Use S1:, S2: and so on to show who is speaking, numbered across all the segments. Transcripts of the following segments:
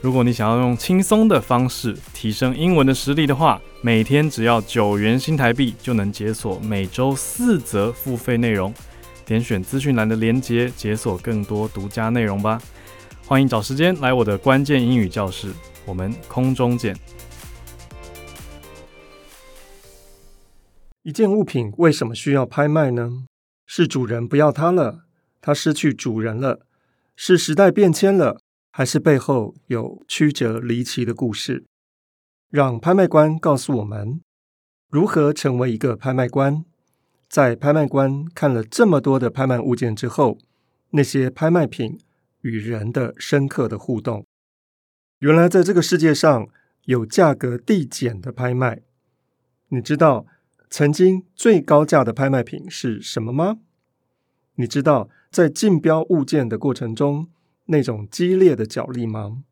S1: 如果你想要用轻松的方式提升英文的实力的话，每天只要九元新台币就能解锁每周四则付费内容。点选资讯栏的链接，解锁更多独家内容吧。欢迎找时间来我的关键英语教室，我们空中见。
S2: 一件物品为什么需要拍卖呢？是主人不要它了，它失去主人了，是时代变迁了，还是背后有曲折离奇的故事？让拍卖官告诉我们如何成为一个拍卖官。在拍卖官看了这么多的拍卖物件之后，那些拍卖品与人的深刻的互动，原来在这个世界上有价格递减的拍卖。你知道？曾经最高价的拍卖品是什么吗？你知道在竞标物件的过程中那种激烈的角力吗？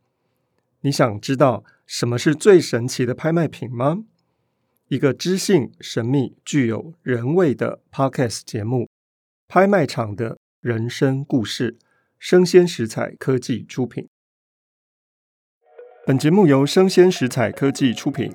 S2: 你想知道什么是最神奇的拍卖品吗？一个知性、神秘、具有人味的 podcast 节目《拍卖场的人生故事》，生鲜食材科技出品。本节目由生鲜食材科技出品。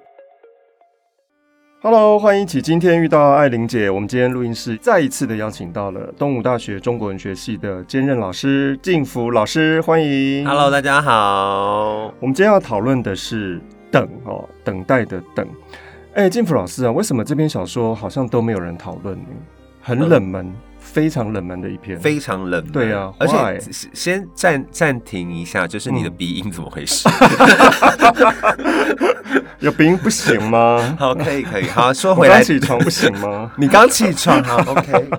S2: Hello，欢迎一起。今天遇到艾琳姐，我们今天录音室再一次的邀请到了东吴大学中国文学系的兼任老师静福老师，欢迎。
S3: Hello，大家好。
S2: 我们今天要讨论的是等哦，等待的等。哎，静福老师啊，为什么这篇小说好像都没有人讨论呢？很冷门，非常冷门的一篇。
S3: 非常冷门，
S2: 对啊
S3: 而
S2: why？嗯
S3: 且是先暂暂停一下，就是你的鼻音怎么 回事？
S2: 有鼻音不行 吗？
S3: 好，可以可以，好说
S2: 我
S3: 回来
S2: 刚，起床不行
S3: ？
S2: 吗
S3: 你刚起床，好，OK，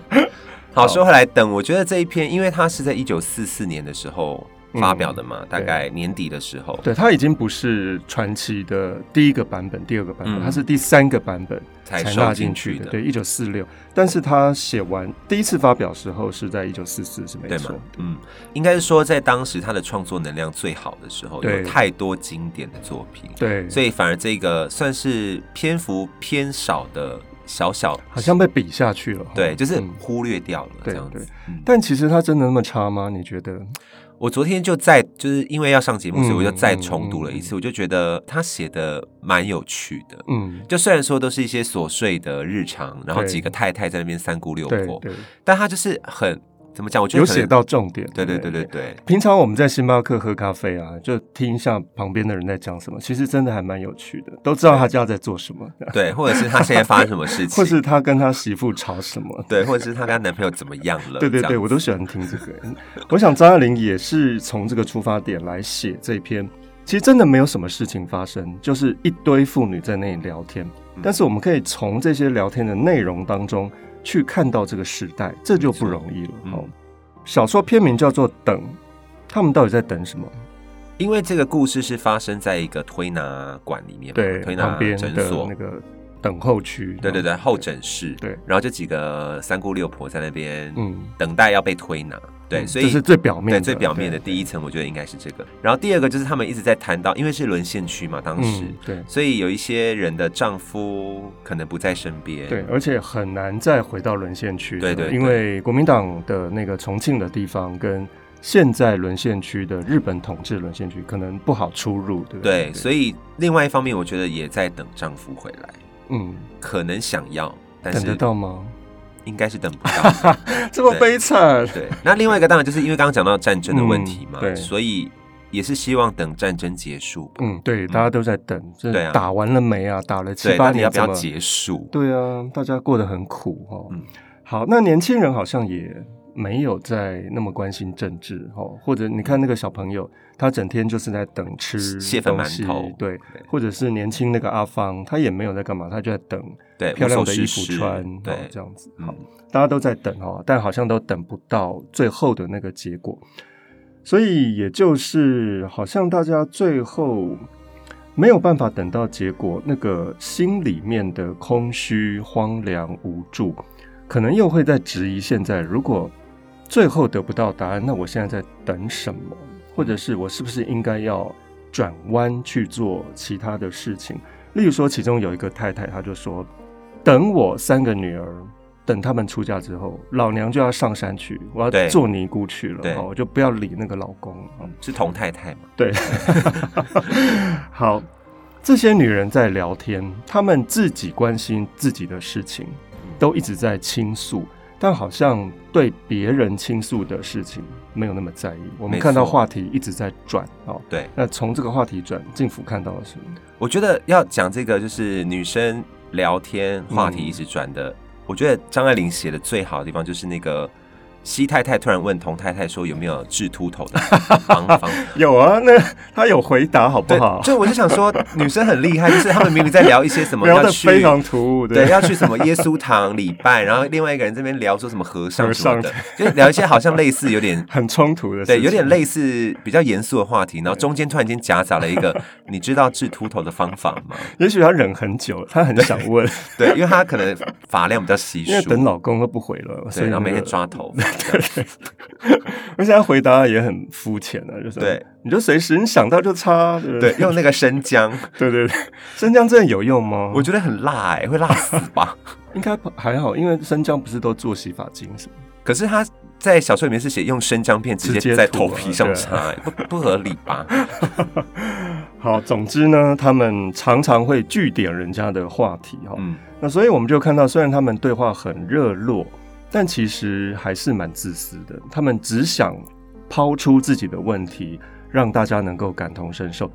S3: 好说回来，等我觉得这一篇，因为它是在一九四四年的时候发表的嘛，大概年底的时候
S2: 嗯对，它已经不是传奇的第一个版本、第二个版本，
S3: 嗯
S2: 它是第三个版本。
S3: 才
S2: 才
S3: 收
S2: 纳
S3: 进
S2: 进
S3: 去
S2: 去
S3: 的，
S2: 对，一九四六。但是他写完第一次发表时候是在一九四四，是没
S3: 对吗
S2: 错。？
S3: 嗯，应该是说在当时他的创作能量最好的时候，
S2: 对
S3: 有太多经典的作品，
S2: 对，
S3: 所以反而这个算是篇幅偏少的小小
S2: 好像被比下去了。
S3: 对，就是
S2: 嗯
S3: 忽略掉了这
S2: 对
S3: 样
S2: 对
S3: 子。嗯
S2: 但其实他真的那么差吗？你觉得？
S3: 我昨天就再就是因为要上节目，
S2: 嗯
S3: 所以我就再重读了一次，我就觉得他写的蛮有趣的。
S2: 嗯，
S3: 就虽然说都是一些琐碎的日常，然后
S2: 对
S3: 几个太太在那边三姑六
S2: 对
S3: 婆，
S2: 对，
S3: 但他就是很怎么讲？我觉得
S2: 有
S3: 可能
S2: 写，到重点。
S3: 对对
S2: 不
S3: 对对对，
S2: 平常我们在星巴克喝咖啡啊，就听一下旁边的人在讲什么，其实真的还蛮有趣的，都知道他家在做什么，
S3: 对，或者是他现在发生什么事情，
S2: 或是他跟他媳妇吵什么。
S3: 对，或者是她跟她男朋友怎么样 了？
S2: 对对
S3: 这
S2: 对，
S3: 样
S2: 我都喜欢听这个。 我想张爱玲也是从这个出发点来写这篇。其实真的没有什么事情发生，就是一堆妇女在那里聊天。
S3: 嗯
S2: 但是我们可以从这些聊天的内容当中去看到这个时代，这就不容易了。
S3: 嗯
S2: 哦，小说片名叫做《等》，他们到底在等什么？
S3: 因为这个故事是发生在一个推拿馆里面嘛，
S2: 对，
S3: 推
S2: 旁
S3: 拿
S2: 边
S3: 诊
S2: 的
S3: 所
S2: 那，个等候区。
S3: 对对对，候诊室，
S2: 嗯对
S3: 然后就几个三姑六婆在那边，
S2: 嗯
S3: 等待要被推拿，对，
S2: 嗯
S3: 所以
S2: 这是最表面的
S3: 对最表面的
S2: 对
S3: 第一层，我觉得应该是这个。然后第二个就是他们一直在谈到，因为是沦陷区嘛，当时，
S2: 嗯，对
S3: 所以有一些人的丈夫可能不在身边，
S2: 对，而且很难再回到沦陷区了。
S3: 对对对
S2: 因为国民党的那个重庆的地方跟现在沦陷区的日本统治沦陷区可能不好出入，对不对？
S3: 对，所以另外一方面，我觉得也在等丈夫回来，
S2: 嗯，
S3: 可能想要，但
S2: 等得
S3: 是
S2: 到吗？
S3: 应该是等不到。
S2: 这么悲惨，
S3: 对，那另外一个当然就是因为刚刚讲到战争的问题嘛，
S2: 嗯对
S3: 所以也是希望等战争结束吧。
S2: 嗯，对，大家都在等，这
S3: 对啊
S2: 打完了没啊？打了七
S3: 对，
S2: 八
S3: 到底
S2: 年
S3: 要不要
S2: 怎么
S3: 结束？
S2: 对啊，大家过得很苦哦。
S3: 嗯
S2: 好，那年轻人好像也没有在那么关心政治哦，或者你看那个小朋友，他整天就是在等吃
S3: 蟹粉
S2: 东西
S3: 馒头
S2: 对
S3: 对，
S2: 或者是年轻那个阿芳，他也没有在干嘛，他就在等
S3: 对，
S2: 漂亮的衣
S3: 哎无
S2: 服
S3: 所事事
S2: 穿，哦
S3: 对，
S2: 这样子。
S3: 嗯
S2: 好，大家都在等哦，但好像都等不到最后的那个结果，所以也就是好像大家最后没有办法等到结果，那个心里面的空虚、荒凉、无助，可能又会在质疑现在，如果最后得不到答案，那我现在在等什么？或者是我是不是应该要转弯去做其他的事情？例如说，其中有一个太太，她就说：“等我三个女儿，等她们出嫁之后，老娘就要上山去，我要
S3: 对
S2: 做尼姑去了，
S3: 对
S2: 哦我就不要理那个老公。哦”
S3: 是童太太嘛？
S2: 对， 好，这些女人在聊天，她们自己关心自己的事情，
S3: 嗯
S2: 都一直在倾诉，但好像对别人倾诉的事情没有那么在意。我们
S3: 没
S2: 看到
S3: 错
S2: 话题一直在转哦，
S3: 对，
S2: 那从这个话题转，政府看到了 什么？
S3: 我觉得要讲这个就是女生聊天话题
S2: 嗯
S3: 一直转的，我觉得张爱玲写的最好的地方就是那个。西太太突然问童太太说：“有没有治秃头的方 法？”
S2: 有啊，那她有回答好不
S3: 对
S2: 好，？
S3: 就我就想说，女生很厉害，就是她们明明在聊一些什么
S2: 聊
S3: 要
S2: 的
S3: 去
S2: 非常突兀，
S3: 对，要去什么耶稣堂礼拜，然后另外一个人这边聊说什么和尚
S2: 和
S3: 什么的
S2: 尚，
S3: 就聊一些好像类似有点
S2: 很冲突的事情，
S3: 对，有点类似比较严肃的话题，然后中间突然间夹杂了一 个你知道治秃头的方法吗？
S2: 也许她忍很久，她很想问，
S3: 对，因为他可能发量比较稀
S2: 因为等
S3: 疏，
S2: 老公都不回了，所
S3: 对，
S2: 以
S3: 然后每
S2: 那
S3: 天
S2: 个
S3: 抓头发，
S2: 而且他回答也很肤浅啊，就是
S3: 对，
S2: 你就随时你想到就插，对不
S3: 对，用那个生姜，
S2: 对对对，生姜真的有用吗？
S3: 我觉得很辣哎、会辣死 吧？
S2: 应该不还好，因为生姜不是都做洗发精什么？
S3: 可是他在小说里面是写用生姜片直
S2: 直接
S3: 接在
S2: 涂啊
S3: 头皮上
S2: 对
S3: 擦、欸，不不合理吧？
S2: 好，总之呢，他们常常会据点人家的话题哈、
S3: 嗯，
S2: 那所以我们就看到，虽然他们对话很热络，但其实还是蛮自私的。他们只想抛出自己的问题，让大家能够感同身受，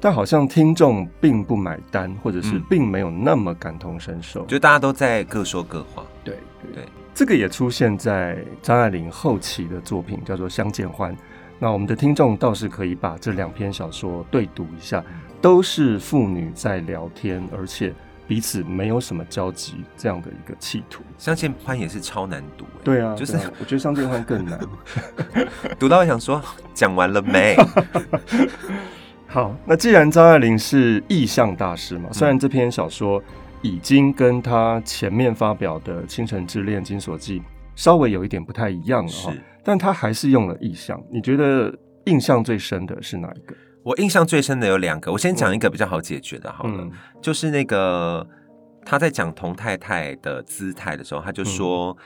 S2: 但好像听众并不买单，或者是
S3: 嗯
S2: 并没有那么感同身受。
S3: 就大家都在各说各话，
S2: 对
S3: 对，
S2: 这个也出现在张爱玲后期的作品，叫做《相见欢》。那我们的听众倒是可以把这两篇小说对读一下，都是父女在聊天，而且彼此没有什么交集这样的一个企图。
S3: 相见欢也是超难读、欸，
S2: 对啊，
S3: 就是
S2: 对啊我觉得相见欢更难。
S3: 读到想说讲完了没？
S2: 好，那既然张爱玲是意象大师嘛，虽然这篇小说已经跟她前面发表的《倾城之恋》《金锁记》稍微有一点不太一样了哈、
S3: 是
S2: 但她还是用了意象。你觉得印象最深的是哪一个？
S3: 我印象最深的有两个，我先
S2: 嗯
S3: 讲一个比较好解决的，好了，，就是那个他在讲童太太的姿态的时候，他
S2: 嗯
S3: 就说、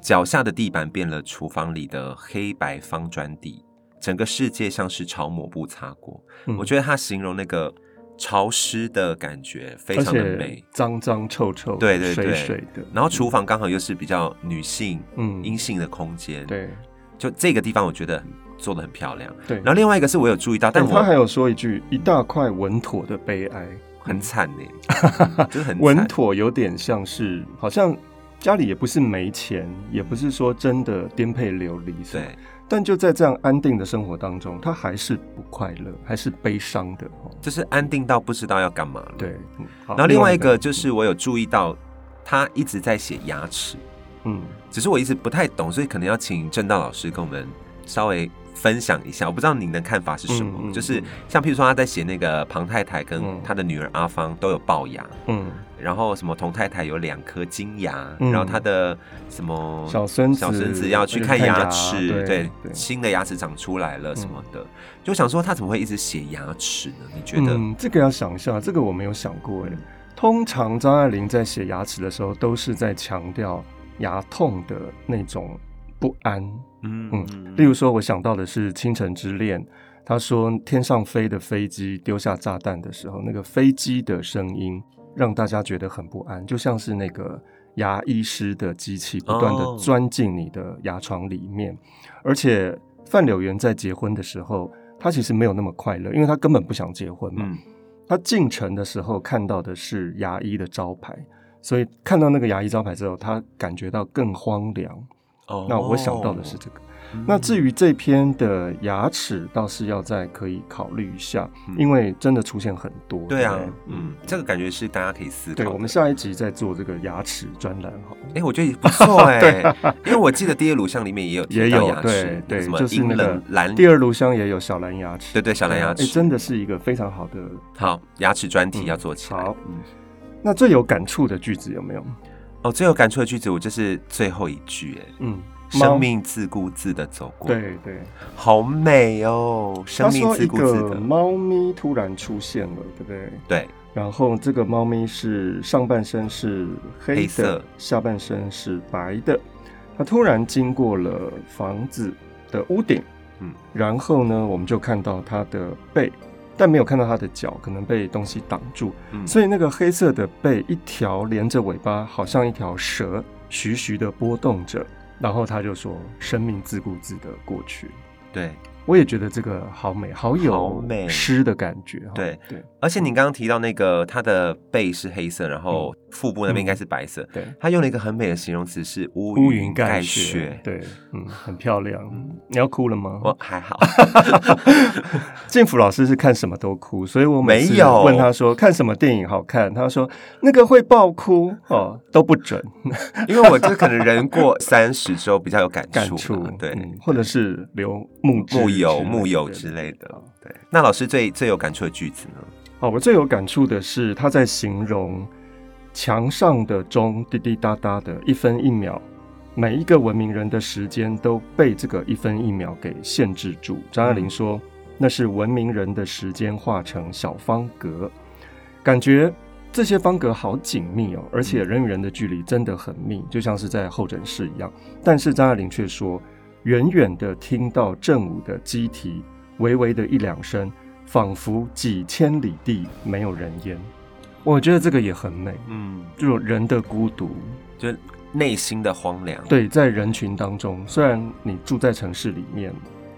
S3: 脚下的地板变了厨房里的黑白方砖地，整个世界像是潮抹布擦过。
S2: 嗯
S3: 我觉得他形容那个潮湿的感觉非
S2: 而
S3: 常的美
S2: 且。脏脏臭臭的，
S3: 对对
S2: 水
S3: 对
S2: 水的，
S3: 然后厨房刚好又是比较女性、
S2: 嗯
S3: 阴性的空间，，
S2: 对
S3: 就这个地方我觉得做的很漂亮。
S2: 对。
S3: 然后另外一个是我有注意到，但
S2: 但
S3: 我
S2: 他还有说一句：“一大块稳妥的悲哀。”
S3: 很惨 呢、就是很惨
S2: 稳。妥有点像是，好像家里也不是没钱，也不是说真的颠沛流离，
S3: 对。，
S2: 但就在这样安定的生活当中，他还是不快乐，还是悲伤的。哦
S3: 就是安定到不知道要干嘛了。
S2: 对，嗯好
S3: 然后另外一个就是我有注意到，他一直在写牙齿，
S2: 嗯，
S3: 只是我一直不太懂，所以可能要请正道老师跟我们稍微分享一下。我不知道您的看法是什么，
S2: 嗯嗯
S3: 就是像譬如说他在写那个庞太太跟
S2: 嗯
S3: 他的女儿阿芳都有龅牙。
S2: 嗯，
S3: 然后什么童太太有两颗金牙，
S2: 嗯
S3: 然后他的什么
S2: 小孙子
S3: 哦小孙子要去看
S2: 去看
S3: 牙
S2: 牙
S3: 齿，
S2: 对
S3: 对，
S2: 对嗯
S3: 新的牙齿长出来了什么的，就想说他怎么会一直写牙齿呢？你觉得？
S2: 嗯，这个要想一下，这个我没有想过哎。通常张爱玲在写牙齿的时候，都是在强调牙痛的那种不安。
S3: 嗯
S2: 嗯，例如说，我想到的是《倾城之恋》，他说天上飞的飞机丢下炸弹的时候，那个飞机的声音让大家觉得很不安，就像是那个牙医师的机器不断的
S3: 哦
S2: 钻进你的牙床里面。而且范柳原在结婚的时候，他其实没有那么快乐，因为他根本不想结婚嘛。
S3: 嗯
S2: 他进城的时候看到的是牙医的招牌，所以看到那个牙医招牌之后，他感觉到更荒凉。
S3: 哦
S2: 那我想到的是这个。那至于这篇的牙齿，倒是要再可以考虑一下，
S3: 嗯
S2: 因为真的出现很多。
S3: 对啊
S2: 不对，
S3: 嗯，这个感觉是大家可以思考
S2: 对，
S3: 的。
S2: 我们下一集再做这个牙齿专栏好了。
S3: 哎、我觉得也不 错哎、因为我记得第二乳像里面也有提
S2: 啊也
S3: 到
S2: 有
S3: 牙
S2: 对
S3: 齿，
S2: 对，
S3: 什么
S2: 就是
S3: 英
S2: 那个
S3: 冷蓝，
S2: 第二炉香也有小蓝牙齿，
S3: 对对小蓝牙
S2: 哎
S3: 齿，
S2: 真的是一个非常好的。
S3: 好牙齿专题要做起来。
S2: 好，嗯那最有感触的句子有没有？
S3: 哦，最有感触的句子，我就是最后一句哎、
S2: 嗯，猫
S3: 生命自顾自的走过，，
S2: 对对，
S3: 好美哦！
S2: 他
S3: 生命
S2: 说
S3: 自
S2: 一
S3: 顾自
S2: 个
S3: 的，
S2: 猫咪突然出现了，对不对？
S3: 对，
S2: 然后这个猫咪是上半身是黑的，
S3: 黑色
S2: 下半身是白的。它突然经过了房子的屋顶，
S3: 嗯，
S2: 然后呢，我们就看到它的背，但没有看到它的脚，可能被东西挡住。
S3: 嗯
S2: 所以那个黑色的背一条连着尾巴，好像一条蛇，徐徐的波动着。然后它就说：“生命自顾自的过去。
S3: 对。”
S2: 我也觉得这个好美，好
S3: 好
S2: 有
S3: 美
S2: 诗的感觉哈。
S3: 对
S2: 对
S3: 而且你刚刚提到那个，它的背是黑色，然后
S2: 嗯
S3: 腹部那边应该是白色。
S2: 对。
S3: 他用了一个很美的形容词是乌
S2: 乌
S3: 云
S2: 云
S3: 盖
S2: 盖
S3: 雪嗯
S2: 雪，，对，嗯，很漂亮。你要哭了吗？
S3: 我还好，
S2: 建福老师是看什么都哭，所以我每次
S3: 没有
S2: 问他说看什么电影好看，他说那个会爆哭哦，都不准
S3: 因为我这可能人过三十之后比较有感
S2: 感
S3: 触
S2: 触
S3: 嘛，，对，
S2: 嗯或者是流木之
S3: 木有
S2: 之类
S3: 木有
S2: 对
S3: 之类的。对，那老师最最有感触的句子呢？
S2: 哦，我最有感触的是他在形容墙上的钟滴滴答答的一分一秒，每一个文明人的时间都被这个一分一秒给限制住。张爱玲说，那是文明人的时间化成小方格，感觉。这些方格好紧密哦，而且人与人的距离真的很密，就像是在候诊室一样。但是张爱玲却说，远远的听到正午的鸡啼，微微的一两声，仿佛几千里地没有人烟。我觉得这个也很美，
S3: 嗯，
S2: 就人的孤独。
S3: 就内心的荒凉。，
S2: 对，在人群当中，虽然你住在城市里面，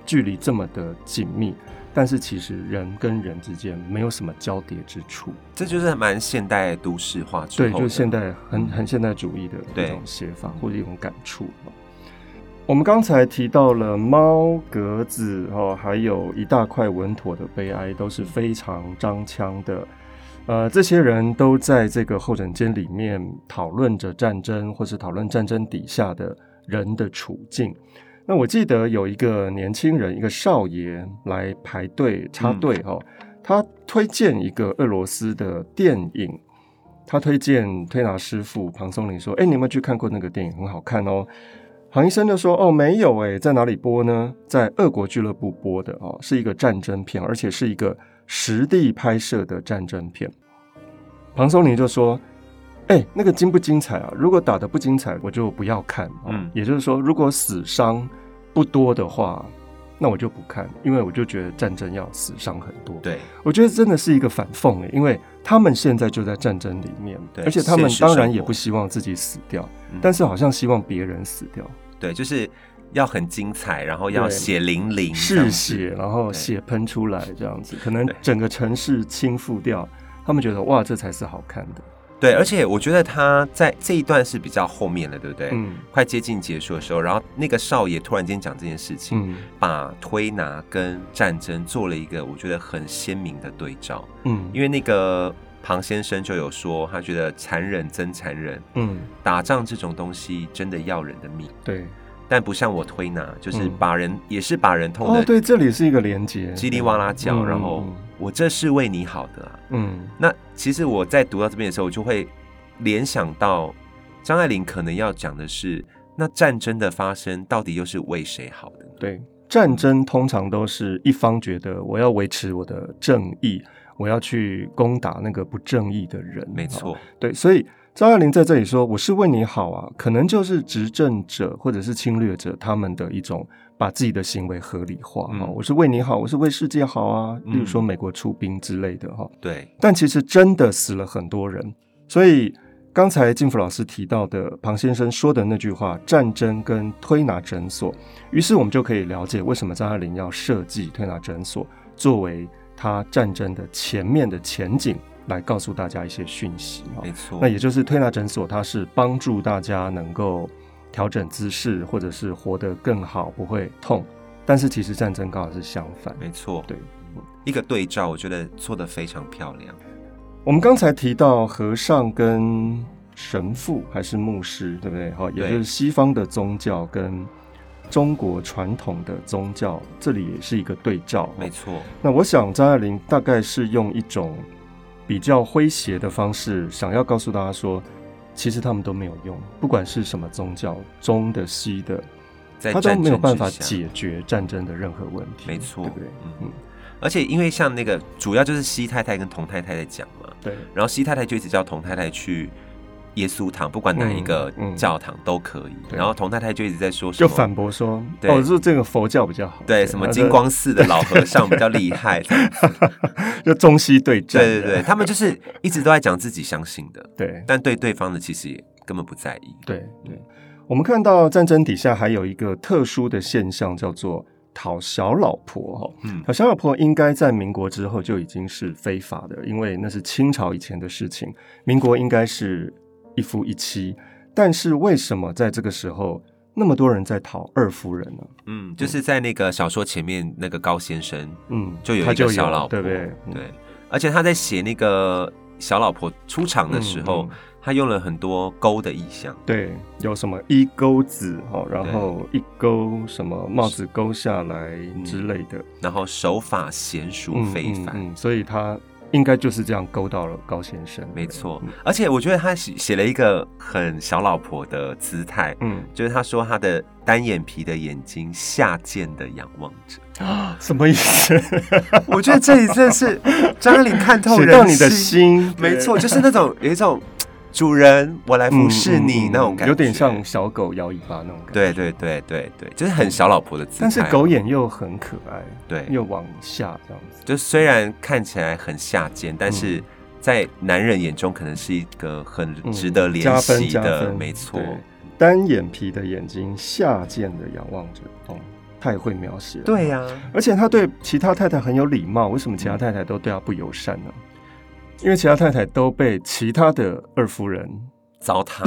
S2: 距离这么的紧密，但是其实人跟人之间没有什么交叠之处。
S3: 这就是蛮现代都市化之
S2: 对，就
S3: 后的嗯
S2: 现代很很现代主义的
S3: 对
S2: 一种写法或者一种感触。我们刚才提到了猫格子哦，还有一大块稳妥的悲哀，都
S3: 嗯
S2: 是非常张腔的。呃，这些人都在这个候诊间里面讨论着战争，或是讨论战争底下的人的处境。那我记得有一个年轻人，一个少爷来排队插队哦，他推荐一个俄罗斯的电影，他推荐推拿师傅庞松林说：“哎、你有没有去看过那个电影？很好看哦。”庞医生就说：“哦，没有哎，在哪里播呢？在俄国俱乐部播的哦，是一个战争片，而且是一个实地拍摄的战争片。”庞松林就说：“哎、那个精不精彩啊？如果打得不精彩，我就不要看。哦
S3: 嗯
S2: 也就是说，如果死伤不多的话，那我就不看，因为我就觉得战争要死伤很多。
S3: 对
S2: 我觉得真的是一个反讽诶，欸因为他们现在就在战争里面，
S3: 对
S2: 而且他们
S3: 现实
S2: 当然
S3: 生
S2: 也
S3: 活
S2: 不希望自己死掉，
S3: 嗯
S2: 但是好像希望别人死掉，
S3: 对，就是要很精彩，然后要
S2: 对
S3: 血淋淋，这
S2: 嗜
S3: 样子
S2: 血，然后
S3: 对
S2: 血喷出来这样子，可能
S3: 对
S2: 整个城市倾覆掉，他们觉得哇，这才是好看的。
S3: 对，而且我觉得他在这一段是比较后面的，对不对？
S2: 嗯
S3: 快接近结束的时候，然后那个少爷突然间讲这件事情，
S2: 嗯
S3: 把推拿跟战争做了一个我觉得很鲜明的对照，
S2: 嗯，
S3: 因为那个庞先生就有说，他觉得残忍真残忍，
S2: 嗯
S3: 打仗这种东西真的要人的命，
S2: 对
S3: 但不像我推拿，就是
S2: 嗯
S3: 把人、也是把人痛
S2: 哦
S3: 的
S2: 对，这里是一个连接，
S3: 叽里哇啦叫，
S2: 嗯
S3: 然后
S2: 嗯
S3: 我这是为你好的啊，
S2: 嗯
S3: 那其实我在读到这边的时候，我就会联想到张爱玲可能要讲的是，那战争的发生到底又是为谁好的呢？
S2: 对，战争通常都是一方觉得我要维持我的正义，我要去攻打那个不正义的人。
S3: 没
S2: 哦，
S3: 错，
S2: 对，所以张爱玲在这里说我是为你好啊，可能就是执政者或者是侵略者他们的一种把自己的行为合理化哈、
S3: 嗯
S2: 我是为你好，我是为世界好啊，
S3: 嗯
S2: 例如说美国出兵之类的哈、
S3: 对，
S2: 但其实真的死了很多人，所以刚才金福老师提到的庞先生说的那句话“战争跟推拿诊所”，于是我们就可以了解为什么张爱玲要设计推拿诊所作为她战争的前面的前景，来告诉大家一些讯息啊。
S3: 没错。
S2: 那也就是推拿诊所，它是帮助大家能够调整姿势，或者是活得更好，不会痛。但是其实战争刚好是相反。
S3: 没错，
S2: 对，
S3: 一个对照，我觉得做的非常漂亮。
S2: 哦我们刚才提到和尚跟神父还是牧师，对不对？好，也就是西方的宗教跟中国传统的宗教，这里也是一个对照。
S3: 没错，
S2: 那我想张爱玲大概是用一种比较诙谐的方式，想要告诉大家说，其实他们都没有用，不管是什么宗教，中的西的，
S3: 在
S2: 他都
S3: 战
S2: 没有
S3: 争
S2: 办
S3: 之
S2: 法
S3: 下
S2: 解决战争的任何问题。
S3: 没错
S2: 对不对？嗯
S3: 嗯，而且因为像那个主要就是西太太跟童太太在讲嘛，
S2: 对，
S3: 然后西太太就一直叫童太太去耶稣堂，不管哪一个
S2: 嗯嗯
S3: 教堂都可以。
S2: 对
S3: 然后童太太就一直在说什
S2: 就
S3: 么，
S2: 反驳说，
S3: 对
S2: 哦，是这个佛教比较好。
S3: 对什么
S2: 那
S3: 金
S2: 这
S3: 光寺的老和尚比较厉害。这样
S2: 就中西对战
S3: 对
S2: 的。
S3: 对对，他们就是一直都在讲自己相信的，
S2: 对
S3: 但对对方的其实也根本不在意。
S2: 对对，我们看到战争底下还有一个特殊的现象，叫做讨小老婆哦哈。
S3: 嗯
S2: 讨小老婆应该在民国之后就已经是非法的，因为那是清朝以前的事情。民国应该是一夫一妻，但是为什么在这个时候那么多人在讨二夫人呢？
S3: 嗯，就是在那个小说前面那个高先生，
S2: 嗯，
S3: 就有
S2: 他
S3: 一
S2: 就
S3: 个小老婆，
S2: 对不对？嗯
S3: 对，而且他在写那个小老婆出场的时候，
S2: 嗯嗯
S3: 他用了很多勾的意象，
S2: 对，有什么一钩子哦，然后一钩什么帽子钩下来之类的，
S3: 然后手法娴熟非凡，
S2: 嗯嗯嗯所以他应该就是这样勾到了高先生。
S3: 没错
S2: 嗯。
S3: 而且我觉得他写写了一个很小老婆的姿态，
S2: 嗯
S3: 就是他说他的单眼皮的眼睛下贱的仰望着，
S2: 啊，什么意思？
S3: 我觉得这一阵是张爱玲看透
S2: 写
S3: 人
S2: 到你的，心，
S3: 没错，就是那种有一种主人我来
S2: 对，
S3: 服侍你、
S2: 嗯
S3: 那种感觉，
S2: 有点像。小狗摇尾巴那种感觉。，
S3: 对对对对对，就是很小老婆的姿态，
S2: 但是狗眼又很可爱，
S3: 对，
S2: 又往下这样子。
S3: 就虽然看起来很下贱，但是在男人眼中可能是一个很值得
S2: 嗯嗯
S3: 怜
S2: 加分
S3: 惜
S2: 加
S3: 的，
S2: 分
S3: 没错
S2: 对。单眼皮的眼睛，下贱的仰望着，哦，太会描写了。
S3: 对呀、
S2: 而且他对其他太太很有礼貌，为什么其他太太都对他不友善呢？因为其他太太都被其他的二夫 人
S3: 糟蹋，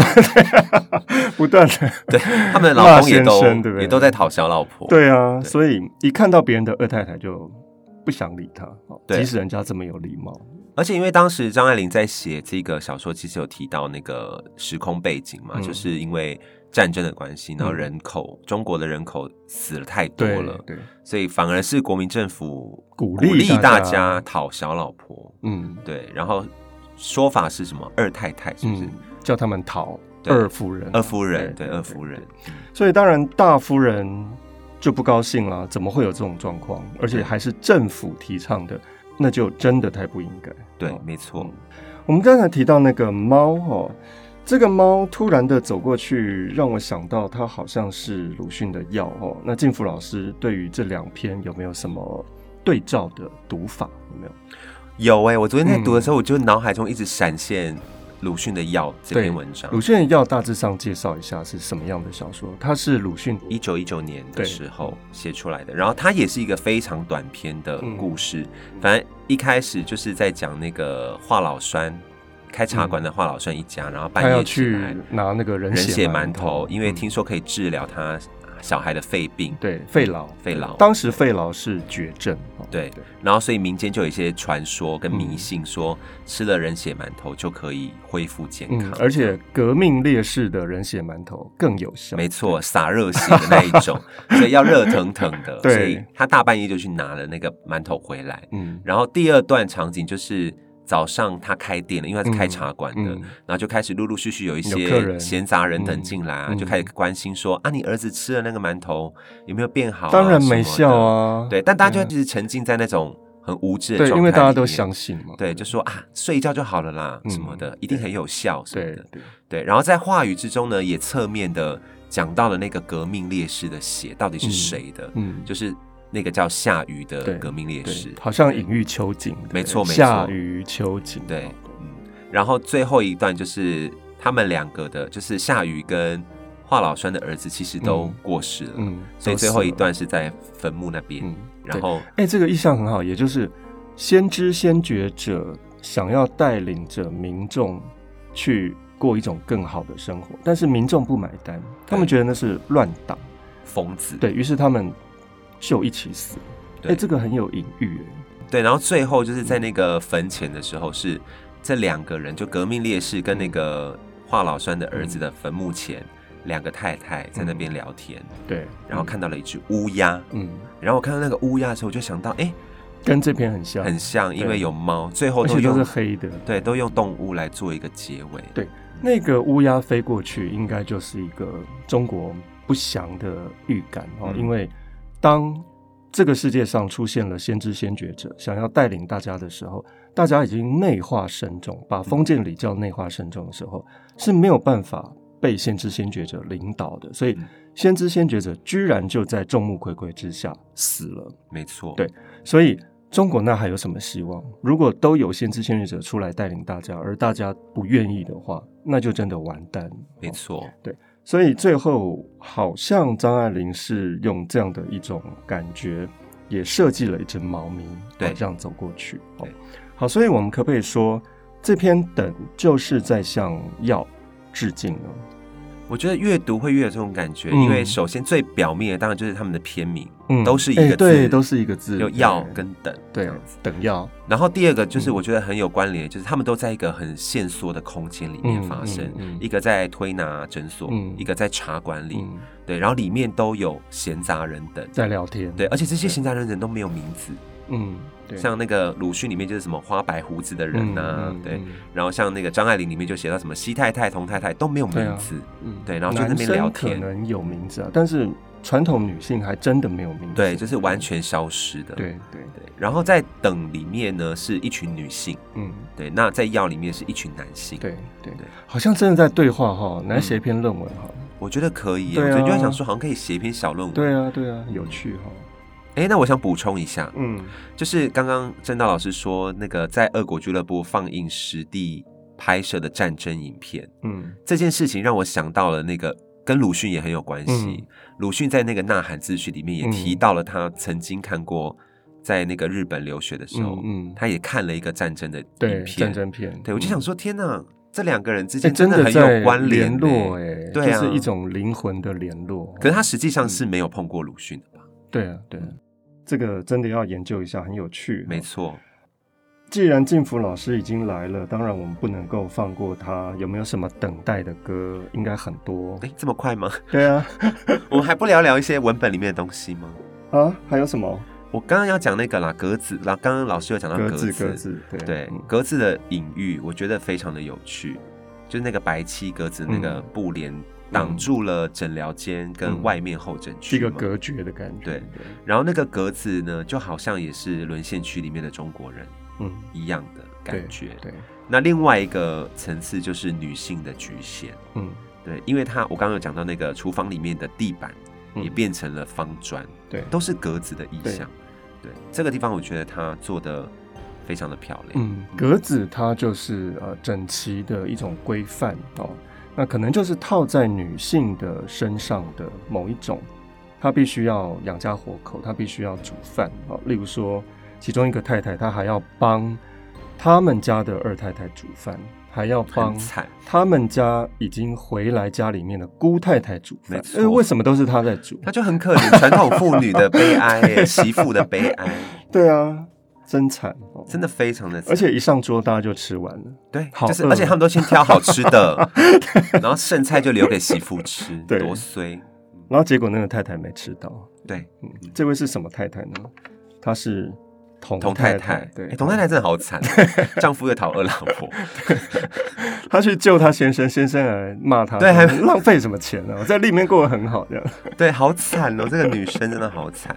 S2: 不断的
S3: 对他们的老公也
S2: 骂
S3: 都
S2: 先生对不对
S3: 也都在讨小老婆，
S2: 对啊，
S3: 对
S2: 所以一看到别人的二太太就不想理他，哦
S3: 对
S2: 即使人家这么有礼貌，
S3: 而且因为当时张爱玲在写这个小说，其实有提到那个时空背景嘛，
S2: 嗯
S3: 就是因为战争的关系，然后
S2: 嗯
S3: 人口、中国的人口死了太多
S2: 对
S3: 了，
S2: 对，
S3: 所以反而是国民政府
S2: 鼓励
S3: 励
S2: 大
S3: 大
S2: 家
S3: 家讨小老婆，
S2: 嗯
S3: 对，然后说法是什么二太太是不是？
S2: 嗯，叫他们讨
S3: 对
S2: 二夫人，
S3: 二夫人，对，二夫人，
S2: 所以当然大夫人就不高兴了，怎么会有这种状况？而且还是政府提倡的，那就真的太不应该。
S3: 对
S2: 哦，
S3: 没错，
S2: 我们刚才提到那个猫哦，这个猫突然的走过去，让我想到它好像是鲁迅的《药》哦。那静福老师对于这两篇有没有什么对照的读法？有没有？
S3: 嗯有哎，我昨天在读的时
S2: 嗯
S3: 候，我就脑海中一直闪现鲁迅的《药》这
S2: 对
S3: 篇文章
S2: 鲁，迅的《药》大致上介绍一下是什么样的小说？它是鲁迅
S3: 一九一九年
S2: 对
S3: 的时候写出来的，然后它也是一个非常短篇的
S2: 嗯
S3: 故事，反正一开始就是在讲那个华老栓开茶馆的华老栓一家，然后
S2: 嗯他
S3: 半
S2: 要
S3: 夜起
S2: 去
S3: 来
S2: 拿那个人
S3: 人血馒
S2: 馒
S3: 头，因为
S2: 嗯
S3: 听说可以治疗他小孩的肺病，
S2: 对肺痨，
S3: 肺痨
S2: 当时肺痨是绝症。哦
S3: 对然后所以民间就有一些传说跟迷信，说吃了人血馒头就可以恢复健
S2: 嗯
S3: 康，，
S2: 而且革命烈士的人血馒头更有效。
S3: 没错，洒热血的那一 种，所以要热腾腾的，
S2: 对
S3: 所以他大半夜就去拿了那个馒头回来。
S2: 嗯，
S3: 然后第二段场景就是早上他开店了，因为他是开茶馆的，
S2: 嗯
S3: 然后就开始陆陆续续有一
S2: 有客
S3: 些
S2: 人
S3: 闲杂人等进来啊，
S2: 嗯
S3: 就开始关心说啊，你儿子吃了那个馒头有没有变好、
S2: 当然没效，啊。
S3: 对，但大家
S2: 对
S3: 就一直沉浸在那种很无知的
S2: 对，
S3: 状态
S2: 因为大家都
S3: 里面
S2: 相信嘛。
S3: 对，就说啊，睡一觉就好了啦，
S2: 嗯
S3: 什么的，一定很有效什么
S2: 对
S3: 的。
S2: 对
S3: 对，然后在话语之中呢，也侧面的讲到了那个革命烈士的血到底是谁的，
S2: 嗯，
S3: 就是那个叫夏禹的
S2: 对
S3: 革命烈
S2: 对
S3: 士。
S2: 好像隐喻秋瑾，对不对
S3: 没错没错
S2: 夏于秋瑾，
S3: 对
S2: 哦，
S3: 嗯。然后最后一段就是他们两个的，就是夏禹跟华老栓的儿子，其实都
S2: 嗯
S3: 过世了，
S2: 嗯，
S3: 所以
S2: 都死
S3: 最
S2: 了
S3: 后一，段是在坟墓那边。
S2: 嗯，
S3: 然后
S2: 哎，这个意象很好，也就是先知先觉者想要带领着民众去过一种更好的生活，但是民众不买单，他们觉得那是乱党，
S3: 疯子，
S2: 对于是他们秀一起死。哎、
S3: 对
S2: 这个很有隐喻哎，
S3: 对，然后最后就是在那个坟前的时候，是这两个人，就革命烈士跟那个华老栓的儿子的坟墓前，两个太太在那
S2: 嗯
S3: 边聊天，
S2: 对，
S3: 然后看到了一只乌鸦，
S2: 嗯，
S3: 然后我看到那个乌鸦的时候，我就想到，哎、
S2: 跟这篇很像，
S3: 很像，因
S2: 对
S3: 为有猫，最后
S2: 而
S3: 都
S2: 且都是
S3: 用
S2: 黑的。
S3: 对，都用动物来做一个结尾，
S2: 对那个乌鸦飞过去，应该就是一个中国不祥的预感哦，
S3: 嗯
S2: 因为当这个世界上出现了先知先觉者，想要带领大家的时候，大家已经内化深重，把封建礼教内化深重的时候，是没有办法被先知先觉者领导的，所以
S3: 嗯
S2: 先知先觉者居然就在众目睽睽之下死了。
S3: 没错，
S2: 对所以中国那还有什么希望？如果都有先知先觉者出来带领大家，而大家不愿意的话，那就真的完蛋。
S3: 没错，
S2: 所以最后好像张爱玲是用这样的一种感觉，也设计了一只猫咪，
S3: 对
S2: 这样走过去。哦
S3: 对，
S2: 好，所以我们可不可以说，这篇等就是在向药致敬呢？
S3: 我觉得阅读会越有这种感觉，
S2: 嗯
S3: 因为首先最表面的当然就是他们的片名，
S2: 嗯
S3: 都是一个
S2: 哎
S3: 字
S2: 对，都是一个字，
S3: 有
S2: 对
S3: 药跟等，
S2: 对等药，
S3: 然后第二个就是
S2: 嗯
S3: 我觉得很有关联，就是他们都在一个很限缩的空间里面发生，
S2: 嗯嗯嗯
S3: 一个在推拿诊所，
S2: 嗯
S3: 一个在茶馆里，
S2: 嗯，
S3: 对，然后里面都有闲杂人等，
S2: 在聊天，
S3: 对，，而且这些闲杂人等都没有名字，
S2: 嗯，对，
S3: 像那个鲁迅里面就是什么花白胡子的人呐、啊
S2: 嗯嗯
S3: 对
S2: 嗯，
S3: 然后像那个张爱玲里面就写到什么西太太、童太太都没有
S2: 对啊
S3: 名字，
S2: 嗯
S3: 对然后就在那边聊天
S2: 男生可能有名字啊，但是传统女性还真的没有名字，
S3: 对，就是完全消失的，
S2: 对对，
S3: 对，然后在等里面呢是一群女性，
S2: 嗯，
S3: 对，那在药里面是一群男性，
S2: 对对
S3: 对嗯
S2: 好像真的在对话哈，来写一篇论文哈，
S3: 我觉得可以耶，
S2: 对啊
S3: 我就在想说好像可以写一篇小论文，
S2: 对啊对啊，有趣哈，
S3: 哎，那我想补充一下，
S2: 嗯
S3: 就是刚刚正道老师说那个在俄国俱乐部放映实地拍摄的战争影片
S2: 嗯
S3: 这件事情，让我想到了那个跟鲁迅也很有关系。
S2: 嗯
S3: 鲁迅在那个《呐喊》自序里面也提到了他曾经看过，在那个日本留学的时候，
S2: 嗯嗯
S3: 他也看了一个战争的影
S2: 对，
S3: 片。
S2: 战争片，
S3: 对我就想说，天哪，这两个人
S2: 嗯
S3: 之
S2: 哎，
S3: 间
S2: 真
S3: 的很
S2: 在
S3: 有关
S2: 联
S3: 呢
S2: 络哎，
S3: 对啊
S2: 就是一种灵魂的联络，
S3: 可是他实际
S2: 嗯
S3: 上是没有碰过鲁迅的吧？
S2: 对啊对啊，这个真的要研究一下，很有趣，啊
S3: 没。错，
S2: 既然静福老师已经来了，当然我们不能够放过他。有没有什么等待的歌？应该很多。
S3: 哎，这么快吗？
S2: 对啊，
S3: 我们还不聊聊一些文本里面的东西吗？
S2: 啊，还有什么？
S3: 我刚刚要讲那个啦，格子啦，刚刚老师有讲到
S2: 格
S3: 格
S2: 子，
S3: 子，
S2: 格子，对
S3: 啊对
S2: 嗯
S3: 格子的隐喻，我觉得非常的有趣，就是那个白漆格子那个
S2: 嗯
S3: 布帘挡住了诊疗间跟外面候诊
S2: 是
S3: 区
S2: 一个
S3: 嘛
S2: 隔绝的感觉。
S3: 对，然后那个格子呢，就好像也是沦陷区里面的中国人
S2: 嗯，
S3: 一样的感觉。
S2: 对，
S3: 那另外一个层次就是女性的局限，
S2: 嗯，
S3: 对，因为它我刚刚有讲到那个厨房里面的地板
S2: 嗯
S3: 也变成了方砖，
S2: 对，
S3: 都是格子的意
S2: 对
S3: 象。对，这个地方我觉得他做的非常的漂亮。
S2: 嗯，格子它就是呃整齐的一种规范哦，那可能就是套在女性的身上的某一种，她必须要养家活口，她必须要煮饭哦。例如说，其中一个太太她还要帮他们家的二太太煮饭，还要帮
S3: 很惨，
S2: 他们家已经回来家里面的姑太太煮饭
S3: 没，错
S2: 呃，为什么都是她在煮？
S3: 他就很可怜， 传统妇女的悲哀 耶，媳妇的悲哀，
S2: 对啊，真惨哦，
S3: 真的非常的惨。
S2: 而且一上桌大家就吃完了。
S3: 对，
S2: 好
S3: 就是
S2: 饿
S3: 而且他们都先挑好吃 的，然后剩菜就留给媳妇吃，
S2: 对
S3: 多衰。
S2: 然后结果那个太太没吃到。
S3: 对，
S2: 嗯，这位是什么太太呢？她是童
S3: 童
S2: 太
S3: 太太，哎
S2: 对，
S3: 诶童太太真的好 惨，丈夫又讨二老婆，
S2: 她去救她先生，先生还骂她，
S3: 对
S2: 说
S3: 还
S2: 浪费什么钱啊呢、我在里面过得很好，这样。
S3: 对，好惨哦，这个女生真的好惨。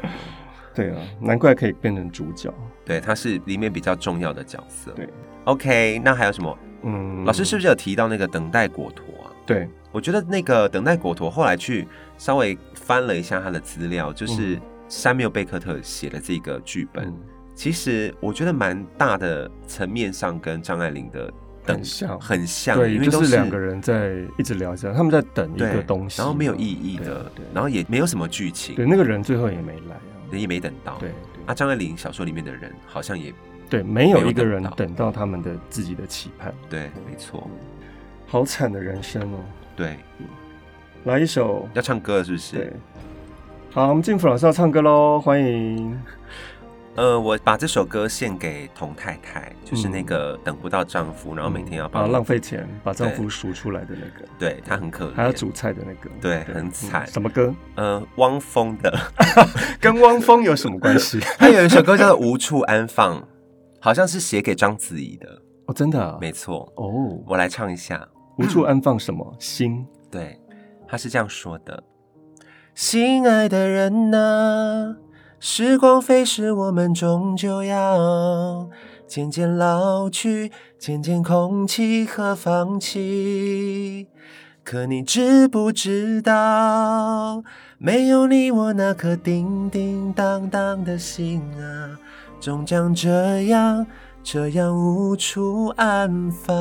S2: 对啊，难怪可以变成主角。
S3: 对，她是里面比较重要的角色。
S2: 对
S3: ，OK，那还有什么？
S2: 嗯，
S3: 老师是不是有提到那个等待果陀啊？
S2: 对，
S3: 我觉得那个等待果陀后来去稍微翻了一下他的资料，就是山缪贝克特写的这个剧本，
S2: 嗯，
S3: 其实我觉得蛮大的层面上跟张爱玲的等
S2: 很像
S3: 很像，
S2: 对，
S3: 因为
S2: 就
S3: 都
S2: 是两个人在一直聊着，他们在等一
S3: 对
S2: 个东西，
S3: 然后没有意义的
S2: 对，，
S3: 然
S2: 后
S3: 后也没有什么剧情，
S2: 对那个人最后也没来啊。
S3: 人也没等到。
S2: 对
S3: 啊，张爱玲小说里面的人好像也
S2: 对，没有一个人
S3: 没有等到
S2: 等到他们的自己的期盼。
S3: 对，没错。
S2: 好惨的人生哦。
S3: 对，
S2: 来一首，
S3: 要唱歌了是不
S2: 对
S3: 是？，
S2: 好，我们进福老师要唱歌喽，欢迎。
S3: 呃，我把这首歌献给童太太，就是
S2: 嗯
S3: 那个等不到丈夫，然后哦每天要
S2: 把啊
S3: 帮
S2: 浪费钱把丈夫赎出来的那个，
S3: 对她很可怜，
S2: 还要煮菜的那个，
S3: 对很惨
S2: 嗯什么歌？
S3: 呃汪峰的，
S2: 跟汪峰有什么关系？
S3: 他有一首歌叫做《无处安放》，好像是写给章子怡的，
S2: 哦， 真的啊？
S3: 没嗯错，
S2: 哦，
S3: 我来唱一下。
S2: 无处安放什么心？
S3: 对，他是这样说的：“心爱的人呐、时光飞逝，我们终究要渐渐老去，渐渐空气和放弃。可你知不知道，没有你，我那颗叮叮当当的心啊，终将这样这样无处安放。”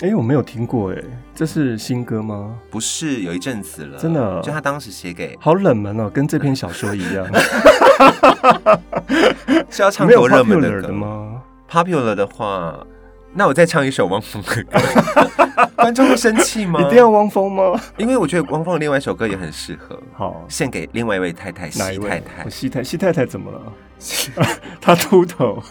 S2: 哎，我没有听过，哎，这是新歌吗？
S3: 不是有一阵子了，
S2: 真的啊
S3: 就他当时写给
S2: 好冷门哦，跟这篇小说一 样，
S3: 是要唱
S2: 没有
S3: 多热门
S2: popular
S3: 歌
S2: 的吗？
S3: ？Popular 的话，那我再唱一首汪峰的 歌，观众会生气吗？
S2: 一定要汪峰吗？
S3: 因为我觉得汪峰的另外一首歌也很适合，
S2: 好，
S3: 献给另外一位太太
S2: 哪一
S3: 西
S2: 位？
S3: 太太
S2: 哦。西太西太太怎么了？ 她秃 头，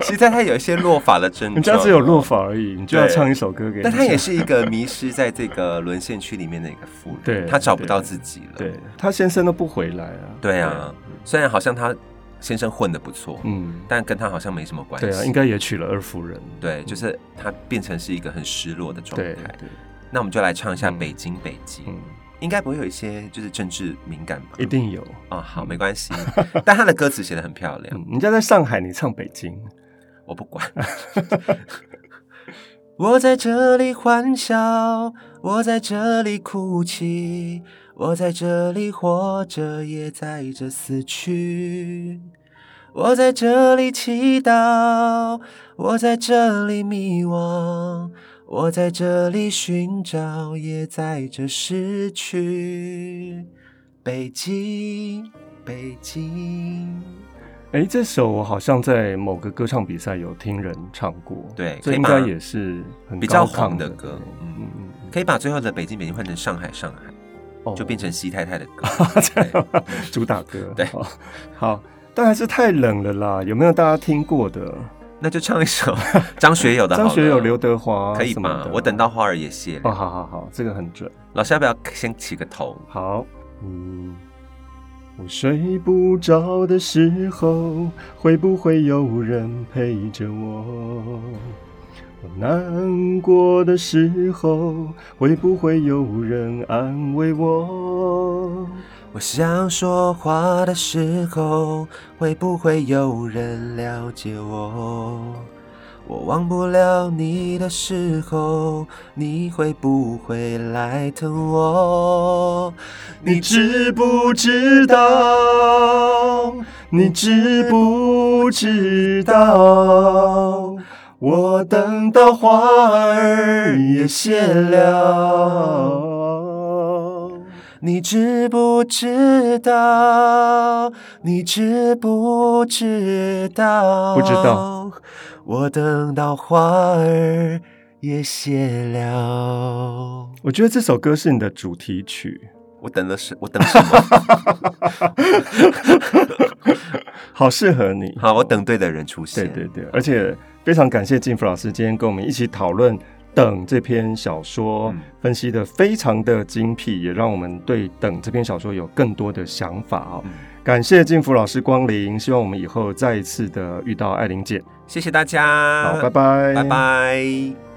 S3: 西太太有一些落发的症状，
S2: 人家只有落，发而已，你就要
S3: 对
S2: 唱一首歌给人家。
S3: 但她也是一个迷失在这个沦陷区里面的一个妇人，
S2: 对
S3: 她找不到自己了。
S2: 对，她先生都不回来啊。
S3: 对啊，虽然好像她先生混的不错，
S2: 嗯，
S3: 但跟她好像没什么关系。
S2: 对啊，应该也娶了二夫人。
S3: 对，就是她变成是一个很失落的状
S2: 嗯对
S3: 态。
S2: 对，
S3: 那我们就来唱一下
S2: 嗯
S3: 《北京北京》
S2: 嗯，
S3: 应该不会有一些就是政治敏感吧？
S2: 一定嗯有。
S3: 哦，好，没 关系。但他的歌词写的很漂亮，
S2: 嗯，人家在上海，你唱北京，
S3: 我不管。 我在这里欢笑，我在这里哭泣，我在这里活着，也在这死去。我在这里祈祷，我在这里迷惘，我在这里寻找，也在这失去。北京，北京，
S2: 哎，这首我好像在某个歌唱比赛有听人唱过，
S3: 对
S2: 这
S3: 可以
S2: 应
S3: 把
S2: 该也是很
S3: 比较
S2: 高亢
S3: 红
S2: 的
S3: 的歌
S2: 对
S3: 嗯
S2: 嗯嗯嗯，
S3: 可以把最后的北京，北京换成上海，上海。
S2: 哦。
S3: 就变成西太太的歌
S2: 这
S3: 对嗯
S2: 样主打歌，
S3: 对
S2: 好，好，但还是太冷了啦，有没有大家听过的？
S3: 那就唱一首张学友的好了，
S2: 张学友、刘德华
S3: 可以
S2: 什么
S3: 吗
S2: 的？
S3: 我等到花儿也谢
S2: 哦，
S3: 了。
S2: 好好好，这个很准。
S3: 老师要不要先起个头？
S2: 好，嗯，我睡不着的时候，会不会有人陪着我？我难过的时候，会不会有人安慰我？
S3: 我想说话的时候，会不会有人了解我？我忘不了你的时候，你会不会来疼我？
S2: 你知不知道？你知不知道？我等到花儿也谢了。
S3: 你知不知道？你知不知道？
S2: 不知道。
S3: 我等到花儿也谢了。
S2: 我觉得这首歌是你的主题曲，
S3: 我等了什？我等什 么？
S2: 好适合你。
S3: 好，我等对的人出
S2: 对
S3: 现。
S2: 对对，而且非常感谢静福老师今天跟我们一起讨论《等》这篇小说，
S3: 嗯
S2: 分析的非常的精辟，也让我们对《等》这篇小说有更多的想法哦。
S3: 嗯
S2: 感谢静福老师光临，希望我们以后再一次的遇到艾琳姐。
S3: 谢谢大家。
S2: 好，拜拜，
S3: 呃拜拜